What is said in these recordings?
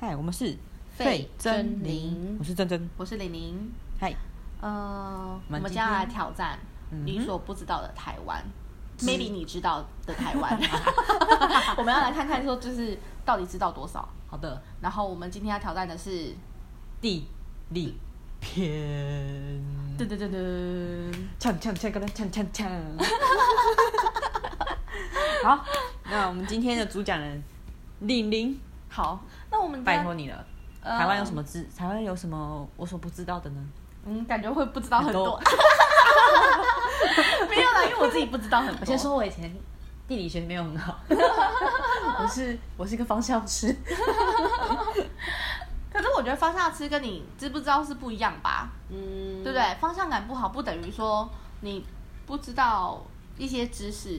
嗨，我们是费真真灵我是珍珍。我是玲玲。嗨，呃，我我们们今今天天要来挑战嗯你所不知道的台湾、m a y b e 你知道的台 湾。 我们要来看看说，就是到底知道多少。好的，然后我们今天要挑战的是，地理篇，噔噔噔噔，呛呛呛，跟他呛呛呛。 好，那我们今天的主讲人玲玲，好，那我们今拜天托你了。呃台湾有什么知？台湾有什么我所不知道的呢？嗯，感觉会不知道很多很。 没有啦，因为我自己不知道很多。我先说，我以前地理学没有很 好，我是我是一个方向痴，可是我觉得方向吃跟你知不知道是不一样吧，嗯，对不对？方向感不好，不等于说你不知道一些知识，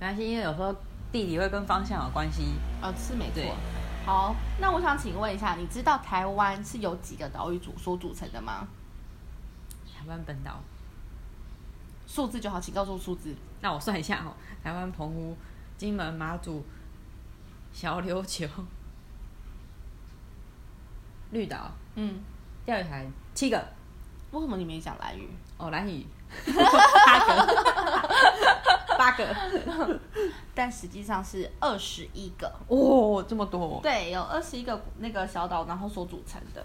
没关系，因为有时候地理会跟方向有关系。呃，是没错对。好，那我想请问一下，你知道台湾是由几个岛屿组所组成的吗？台湾本岛，数字就好，请告诉我数字。那我算一下哦， 台湾澎湖、金门、马祖、小琉球、 绿岛、嗯，钓鱼台七个为什么你没讲蓝屿？哦，蓝屿八个，八个 但实际上是二十一个。哦，这么多，对，有二十一个那个小岛，然后所组成的。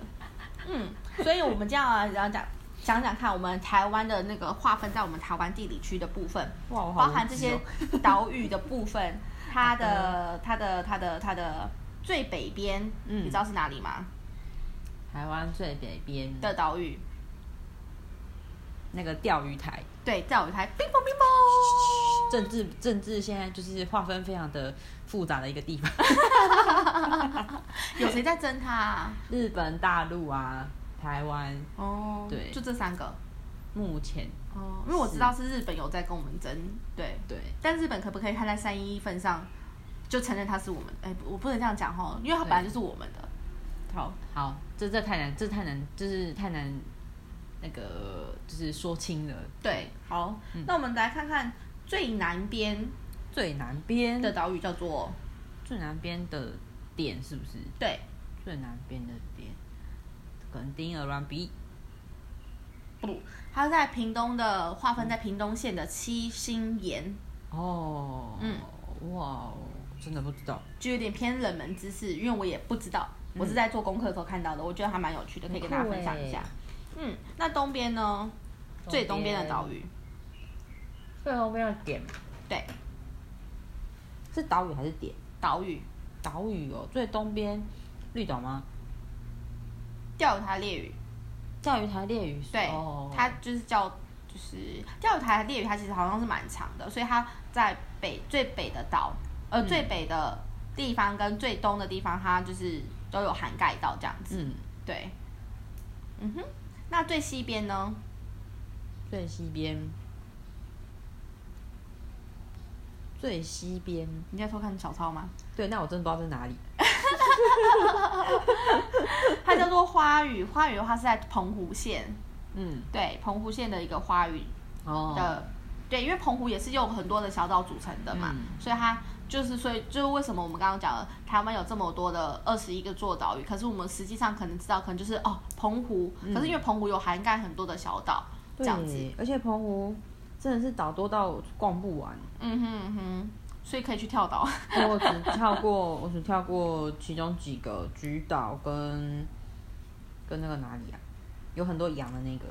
嗯，所以我们这样啊，然后讲讲讲看，我们台湾的那个划分在我们台湾地理区的部分，哇，我好包含这无知些哦岛屿的部分，它的它的它的它的最北边，嗯你知道是哪里吗？台湾最北边的的岛屿，那个钓鱼台，对，钓鱼台，冰乓冰乓。政治政治现在就是划分非常的复杂的一个地方， 有谁在争它、啊？日本、大陆啊，台湾哦对就这三个。目前哦，因为我知是道是日本有在跟我们争，对，对但日本可不可以看在三一一份上就承认它是我们？哎、我不能这样讲哦，因为它本来就是我们的。好，好，这这太难，这太难，就是太难，那个就是说清了。对，嗯好，那我们来看看最南边最南边的的岛屿叫做最南边的点是不是？对，最南边的点，垦丁鹅銮鼻。不，它在屏东的划分在屏东县的七星岩，哦，嗯，哇哦，真的不知道，就有点偏冷门知识，因为我也不知道，嗯我是在做功课的时候看到的，我觉得还蛮有趣的，可以跟大家分享一下很酷。嗯，那东边呢？最东边的岛屿，最后面要点对，是岛屿还是点？岛屿岛屿哦，最东边绿岛吗？钓鱼台列屿，钓鱼台列屿是对，哦，它就是叫就是钓鱼台列屿，它其实好像是蛮长的，所以它在北最北的岛，呃，嗯最北的地方跟最东的地方，它就是都有涵盖到这样子。嗯，对，嗯哼，那最西边呢？最西边，最西边，你在偷看小抄吗？ 对，那我真的不知道在哪里。它叫做花屿，花屿的话是在澎湖县，嗯，对，澎湖县的一个花屿哦，的，对，因为澎湖也是有很多的小岛组成的嘛，嗯所以它就是所以就是为什么我们刚刚讲了台湾有这么多的二十一个座岛屿，可是我们实际上可能知道可能就是哦澎湖，可是因为澎湖有涵盖很多的小岛，这样子，嗯对，而且澎湖真的是岛多到逛不完，嗯哼嗯哼，所以可以去跳岛，我只跳过，我只跳过其中几个菊岛跟跟那个哪里啊，有很多羊的那个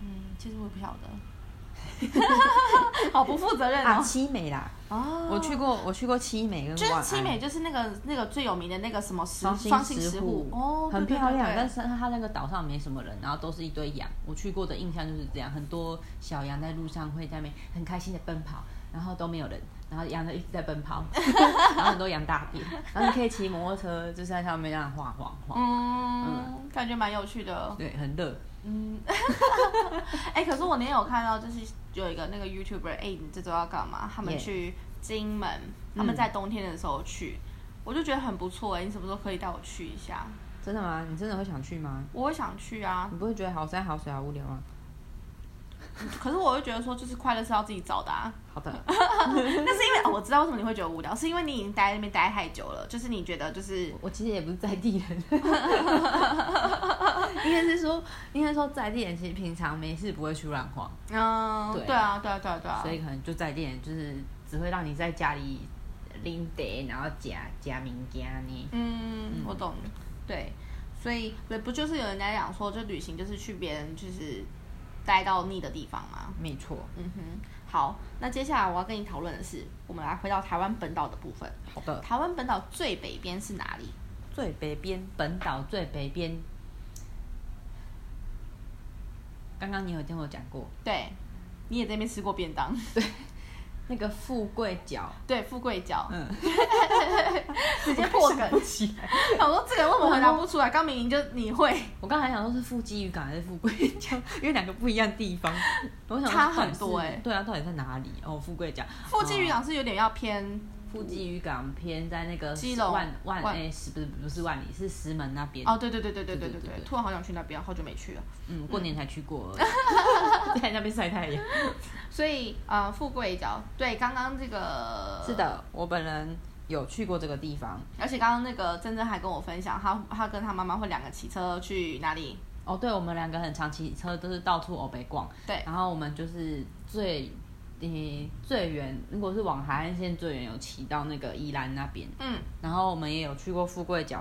嗯，其实我也不晓得， 好不负责任啊，哦，七美啦，哦我去过，我去过七美跟就万是安七美，就是那个那个最有名的那个什么石双双性石石户哦，很对漂亮，对对对但是它那个岛上没什么人，然后都是一堆羊。我去过的印象就是这样，很多小羊在路上会在那边很开心的奔跑，然后都没有人，然后羊就一直在奔跑， 然后很多羊大便，然后你可以骑摩托车，就是在上面这样晃晃晃，嗯，感觉蛮有趣的。对，很热。哎、可是我那天有看到，就是有一个那个 YouTuber，哎、你这周要干嘛？他们 Yeah 去金门，嗯他们在冬天的时候去，我就觉得很不错哎、你什么时候可以带我去一下？真的吗？你真的会想去吗？嗯我会想去啊。你不会觉得好山好水好无聊吗？可是我会觉得说，就是快乐是要自己找的啊。好的，那是因为、哦我知道为什么你会觉得无聊，是因为你已经待在那边待太久了，就是你觉得就是 我其实也不是在地人， 应该是说，应该说在地人其实平常没事不会去乱晃，嗯，对对啊，对啊，对啊，对啊。所以可能就在地人就是只会让你在家里拎得，然后夹夹物件呢。嗯，我懂，对，所以对，不就是有人家讲说，就旅行就是去别人就是待到腻的地方吗？没错，嗯哼，好，那接下来我要跟你讨论的是，我们来回到台湾本岛的部分。好的。台湾本岛最北边是哪里？最北边，本岛最北边，刚刚你有听我讲过对，你也在那边吃过便当，那个富贵角， 对，富贵角，嗯， 直接破梗。不起来。 我说这个为什么回答不出来？刚明明就你会我刚才想说是富基渔港还是富贵角，因为两个不一样地 方，我想说差到底很是多欸对啊，到底在哪里？哦，富贵角，腹肌哦渔港是有点要偏富基渔港偏在那个基隆万万万哎，是不是不是万里，是石门那边。哦，对对对对对对对对对对，对突然好想去那边，好久没去了。嗯，过年才去过而 已，在那边晒太阳。所以呃，富贵角，对，刚刚这个是，的，我本人有去过这个地方。而且刚刚那个珍珍还跟我分享，她她跟她妈妈会两个骑车去哪里？哦，对，我们两个很常骑车，都是到处欧北逛。对然后我们就是最，呃，最远，如果是往海岸线最远，有骑到那个宜兰那边。嗯，然后我们也有去过富贵角，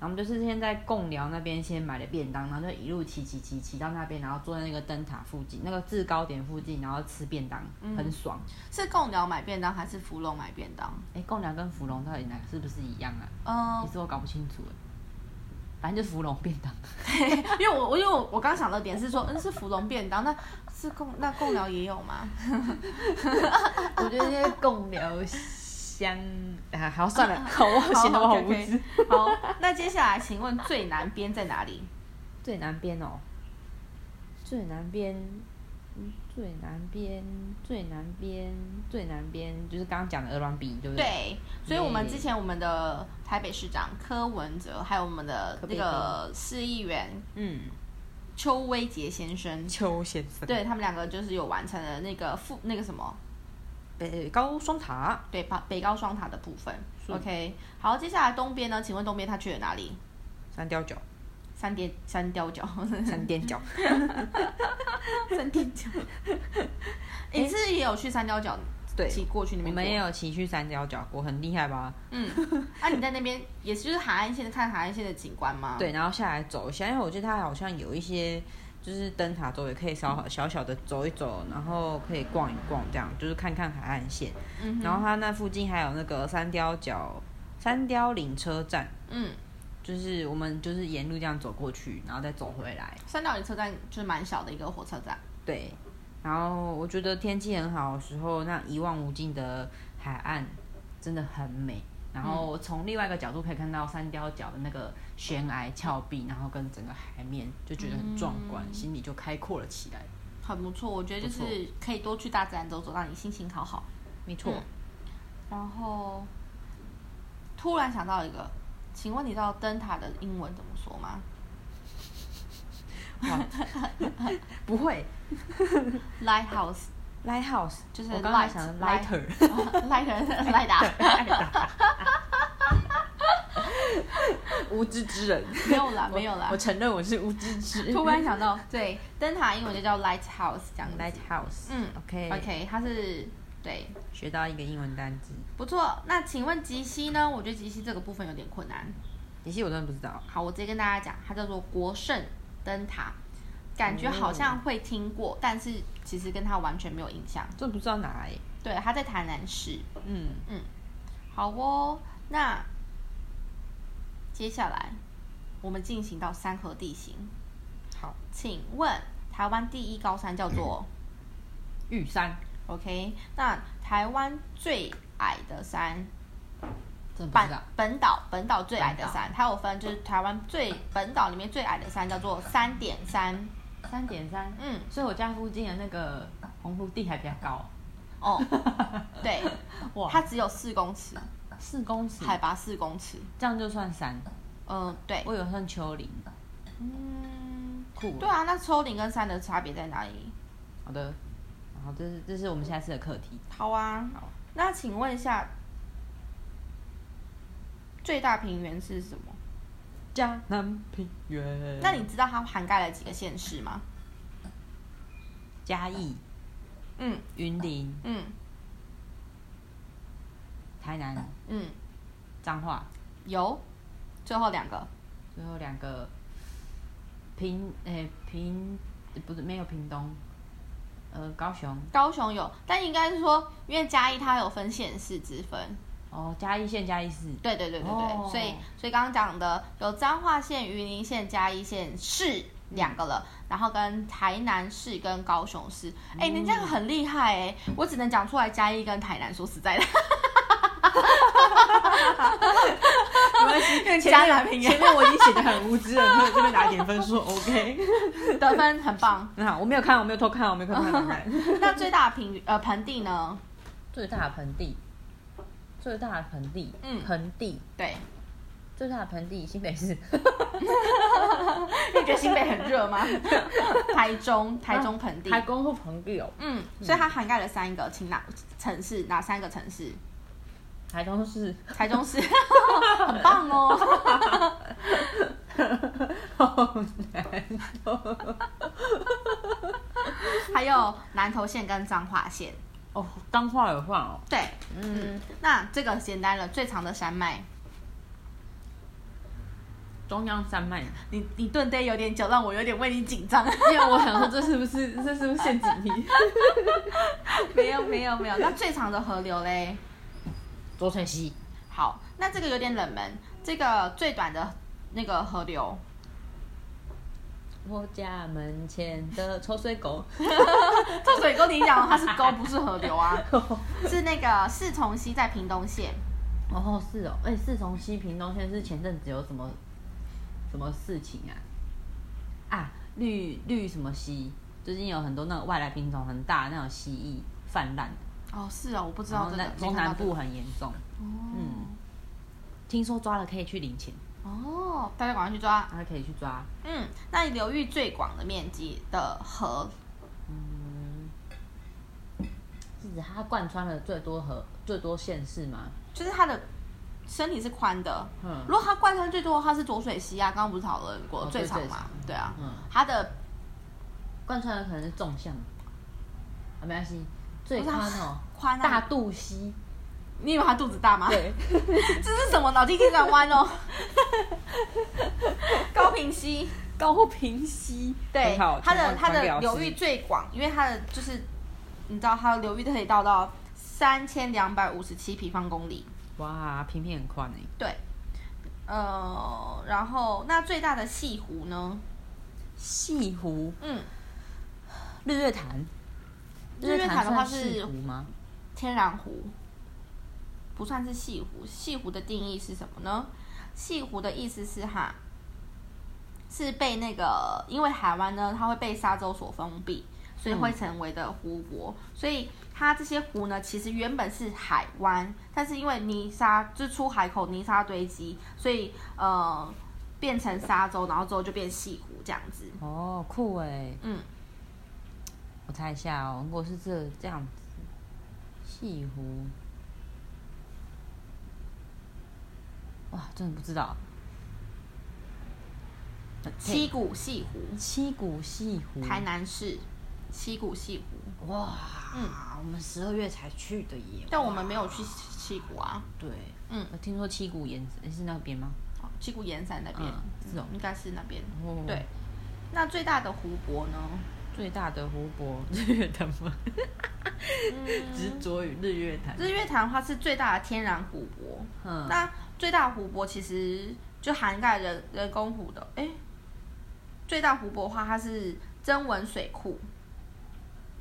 然后我们就是先在贡寮那边先买的便当，然后就一路骑骑骑骑到那边，然后坐在那个灯塔附近，那个制高点附近，然后吃便当，很爽。是贡寮买便当还是福隆买便当？哎、贡寮跟芙蓉到底哪个是不是一样啊？嗯其，实我搞不清楚哎，反正就芙蓉便当。 因为我我因为我我刚想的点是说，嗯，是芙蓉便当，那是贡那贡寮也有吗？ 我觉得那个贡寮乡啊，好算了， 好，我 好显得我好无 OK，OK 知。好，那接下来请问最南边在哪里？最南边哦，最南边，嗯最南边，最南边，最南边，就是刚刚讲的鹅銮鼻，对不对？对，所以我们耶之前我们的台北市长柯文哲，还有我们的柯那贝个市议员嗯，邱威杰先生，邱先生，对他们两个就是有完成了那个复那个什么。北高双塔，对，北北高双塔的部分是，OK。好，接下来东边呢？请问东边他去了哪里？三雕角，三叠三 雕角，三踮角，三叠角。你是不是也有去三雕角对，骑过去那我边？们也。有骑去三雕角过，很厉害吧？嗯，那你在那边也是就是海岸线看海岸线的景观吗？，对，然后下来走一下，因为我记得它好像有一些就是灯塔周围可以稍小小的走一走，然后可以逛一逛，这样就是看看海岸线。嗯然后它那附近还有那个三雕角三雕岭车站，嗯，就是我们就是沿路这样走过去，然后再走回来。三角岭车站就是蛮小的一个火车站。对，然后我觉得天气很好的时候，那一望无尽的海岸真的很美。然后从另外一个角度可以看到三嗯雕角的那个悬崖峭壁，然后跟整个海面就觉得很壮观，心里就开阔了起来。很不错，我觉得就不错是可以多去大自然走走，让你心情好好。没错，嗯然后突然想到一个，请问你知道灯塔的英文怎么说吗不会 ？Lighthouse lighthouse 就是我刚才 light，想的 light lighter， Lighter 赖达， 无知之人。没有啦，没有啦我。承认我是无知之人。突然想 到，对，灯塔英文就叫 lighthouse 这样子。 lighthouse，嗯，OK OK，它是对，学到一个英文单词，不错。那请问吉西呢？我觉得吉西这个部分有点困难。也是我真的不知道。好，我直接跟大家讲，它叫做国盛灯塔，感觉好哦像会听过，但是其实跟它完全没有印象。这不知道哪来。对，它在台南市。嗯，好哦，那接下来我们进行到三河地形。好，请问台湾第一高山叫做、嗯玉山， OK？那台湾最矮的山，真的不本知道。本岛本岛最矮的本岛山，它有分，就是台湾最本岛里面最矮的山叫做三点三。三点三，嗯，所以我家附近的那个红湖地还比较 高，哦，对，哇它只有四公尺，四公尺，海拔四公尺。这样就算山。嗯、对，我有算丘陵，嗯，酷。哦对啊，那丘陵跟山的差别在哪里？好的，好，这是这是我们下次的课题。好啊，那请问一下，最大平原是什么？江南平原。那你知道它涵盖了几个县市吗？嘉义、嗯云林、嗯台南、嗯，彰化，有，最后两个最后两个平诶、平不是没有屏东，呃高雄高雄有，但应该是说，因为嘉义它有分县市之分，哦嘉义县嘉义 市对对对对对，哦所以所以刚刚讲的有彰化县、云林县、嘉义县市两个了，然后跟台南市跟高雄市，哎、你这样很厉害哎、我只能讲出来嘉义跟台南，说实在的， 嘉南平原前面我已经写的很无知了，你这边打点分数 OK。 得分很棒。那好，我没有看，我没有偷看，我没有偷看。 那最大的平呃盆地呢？ 最大的盆地，最大的盆地，嗯盆地对，最大的盆地新北市，你觉得新北很热 吗？台中，啊台中盆地，啊台公或盆地哦，嗯，所以它涵盖了三个，请哪城市？哪三个城 市？台中市， 台中市， 很棒哦。 好难哦。还有南投县跟彰化县。哦，脏话有换哦，对，嗯，那这个简单了，最长的山脉，中央山脉。啊你你顿呆有点久，让我有点为你紧张。 因为我想说这是不是这是不是陷阱题？ 没有没有没有，那最长的河流嘞？浊水溪、好，那这个有点冷门，这个最短的那个河流，我家门前的臭水沟， 臭水沟你讲它是沟不是河流啊，是那个四重溪在屏东县。 哦，是哦，哎、四重溪屏东县是前阵子有什么什么事情啊？啊，绿绿什么溪？最近有很多那个外来品种很大那种蜥蜴泛滥，哦，是哦，我不知然后道这那个中南部。很严重。嗯，听说抓了可以去领钱，哦，大家赶快去抓。大家啊可以去抓。嗯，那流域最广的面积的河，嗯，是指它贯穿了最多河最多县市吗？就是它的身体是宽的。嗯如果它贯穿最多的话是浊水溪啊，刚刚不是讨论过、哦最对长最嘛长？对啊，嗯它的贯穿的可能是纵向，啊，没关系，最不是宽啊哦，宽啊大肚溪，你以为它肚子大吗？对， 这是什么脑筋急转弯哦？高平溪， 高平溪，对很好，它的传它传给老的师流域最广，因为它的就是你知道它的流域都可以到到三千两百五十七平方公里。哇，平平很宽欸诶，对，呃，然后那最大的西湖呢？西湖嗯，日月潭，日月潭的话算西是湖吗？天然湖，不算是西湖。西湖的定义是什么呢？西湖的意思是哈，是被那个因为海湾呢，它会被沙洲所封闭，所以会成为的湖泊。所以它这些湖呢，其实原本是海湾，但是因为泥沙就出海口泥沙堆积，所以呃变成沙洲，然后之后就变西湖这样子。哦，酷诶，嗯，我猜一下哦，如果是这这样子，西湖，哇，真的不知道，七股西湖。七股西湖，台南嗯市七股西湖，哇，我们十二月才去的耶。但我们没有去七股啊，对，嗯我听说七股岩诶是那边吗？七股盐山那边、嗯是哦应该是那边。哦，对，那最大的湖泊呢？最大的湖泊日月潭吗？ 执着于日月潭。嗯日月潭的话是最大的天然湖泊，嗯，那最大的湖泊其实就涵盖人人工湖的，哎、最大湖泊的话它是增文水库，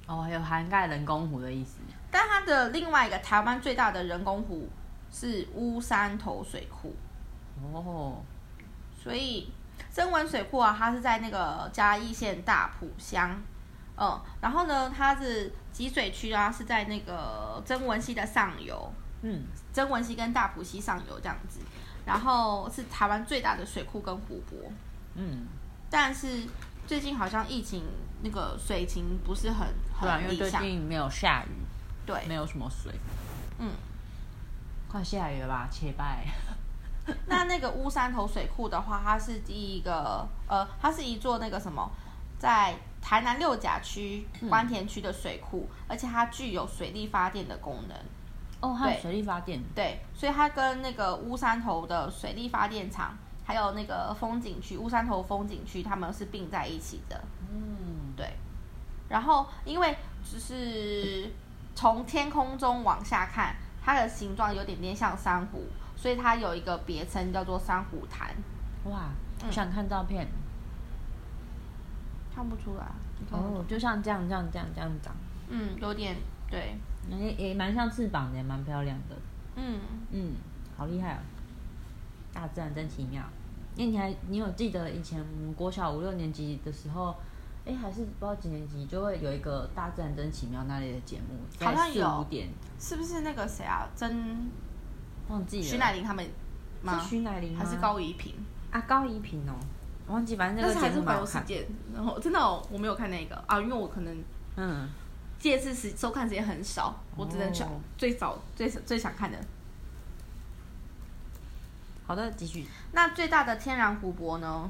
哦，有涵盖人工湖的意思。但它的另外一个台湾最大的人工湖是乌山头水库。哦，所以深文水库啊，它是在那个嘉义县大埔乡，嗯，然后呢，它是集水区啊，是在那个曾文溪的上游，嗯，曾文溪跟大埔溪上游这样子，然后是台湾最大的水库跟湖泊，嗯，但是最近好像疫情那个水情不是很对啊，因很为理最想。近没有下雨，对没有什么水，嗯，快下雨了吧，切拜。那那个乌山头水库的话，它是第一个，呃，它是一座那个什么，在台南六甲区关田区的水库，而且它具有水力发电的功能。哦，还有水力发电，对，所以它跟那个乌山头的水力发电厂，还有那个风景区乌山头风景区，它们是并在一起的。嗯，对，然后因为只是从天空中往下看，它的形状有点点像珊瑚，所以它有一个别称叫做珊瑚潭。哇，嗯我想看照片。看不出来，你看不出哦来，就像这样这样这样这样长，嗯，有点对，也也蛮像翅膀的，也蛮漂亮的。嗯，嗯，好厉害哦！大自然真奇妙。那你还你有记得以前我们国小五六年级的时候，哎，还是不知道几年级，就会有一个《大自然真奇妙》那类的节目，好像在四有五点，是不是那个谁啊，曾忘记了。徐乃麟他们吗？是徐乃麟吗还是高怡平？啊，高怡平哦，我忘记，反正但那是个还节是目环蛮好游世看。界，然后真的哦、我没有看那个啊，因为我可能嗯，这次时收看时间很少，我只能找哦最早最最想看的。好的，继续。那最大的天然湖泊呢？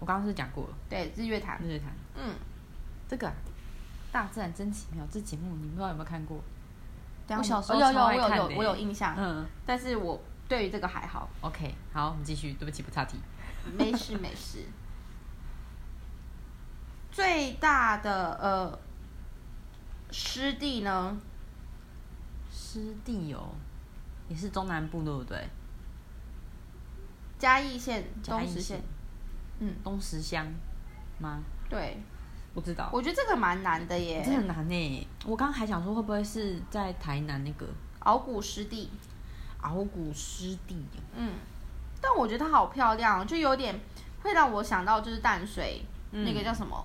我刚刚是讲过了，对，日月潭日。月潭嗯，这个、啊。大自然真奇妙，这节目你不知道有没有看过？等一下我小时候哦有有超我爱有看有的我有印象，嗯但是我对于这个还好， ，OK，好，我们继续。对不起，不岔题。没事没事。最大的呃湿地呢？湿地哦，也是中南部对不对？嘉义县、嘉东义石县县，嗯，东石乡吗？对，不知道，我觉得这个蛮难的耶这。很难呢。我刚刚还想说会不会是在台南那个鳌骨湿地，鳌骨湿地哦？嗯，但我觉得它好漂亮哦，就有点会让我想到就是淡水、嗯那个叫什么？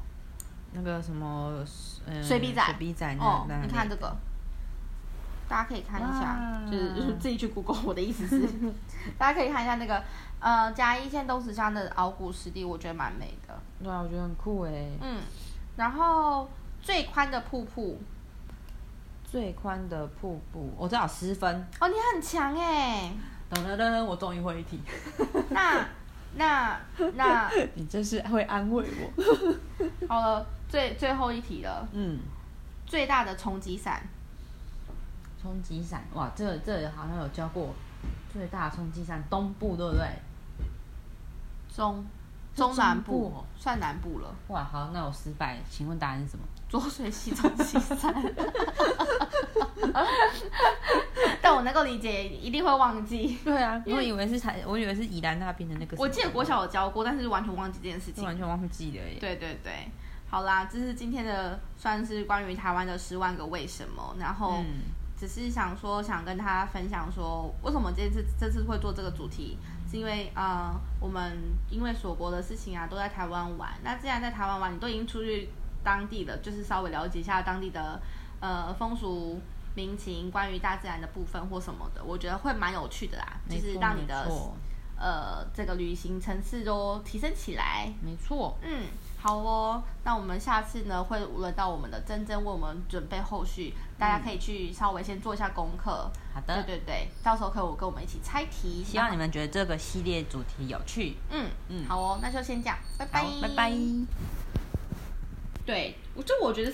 那个什么，呃，水笔仔水笔仔那哦那，你里看这个，大家可以看一下，哇就是就是自己去 Google。我的意 思是，大家可以看一下那个呃嘉义县东石乡的鳌骨湿地，我觉得蛮美的。对啊，我觉得很酷哎。嗯，然后最宽的瀑布，最宽的瀑布，我知道十分。哦，你很强哎、噔噔噔，我终于会一 题，那那那你真是会安慰我。好了，最最后一题了，嗯，最大的冲击伞，冲击伞，哇，这个这个好像有教过，最大的冲击伞，东部对不对？中中南中部部哦算南部了，哇，好，那我失败了，请问答案是什么？浊水溪冲击伞。 但我能够理解，一定会忘记。对啊，我以为是台，我以为是宜兰那边的那个什么。我记得国小有教过，但是完全忘记这件事就情。完全忘记了耶。对对对，好啦，这是今天的算是关于台湾的十万个为什么，然后嗯，只是想说想跟大家分享说，为什么这次这次会做这个主题，是因为呃我们因为锁国的事情啊都在台湾玩，那既然在台湾玩，你都已经出去当地了，就是稍微了解一下当地的呃风俗。民情关于大自然的部分或什么的，我觉得会蛮有趣的啦，就没是错让你的没错呃这个旅行层次都提升起来。没错，嗯，好哦，那我们下次呢会轮到我们的珍珍为我们准备后续，大家可以去稍微先做一下功课。好对的。对对，到时候可以我跟我们嗯一起猜题。希望你们觉得这个系列主题有趣。嗯嗯，嗯好哦，那就先这样，拜拜好，拜拜。对，我就我觉得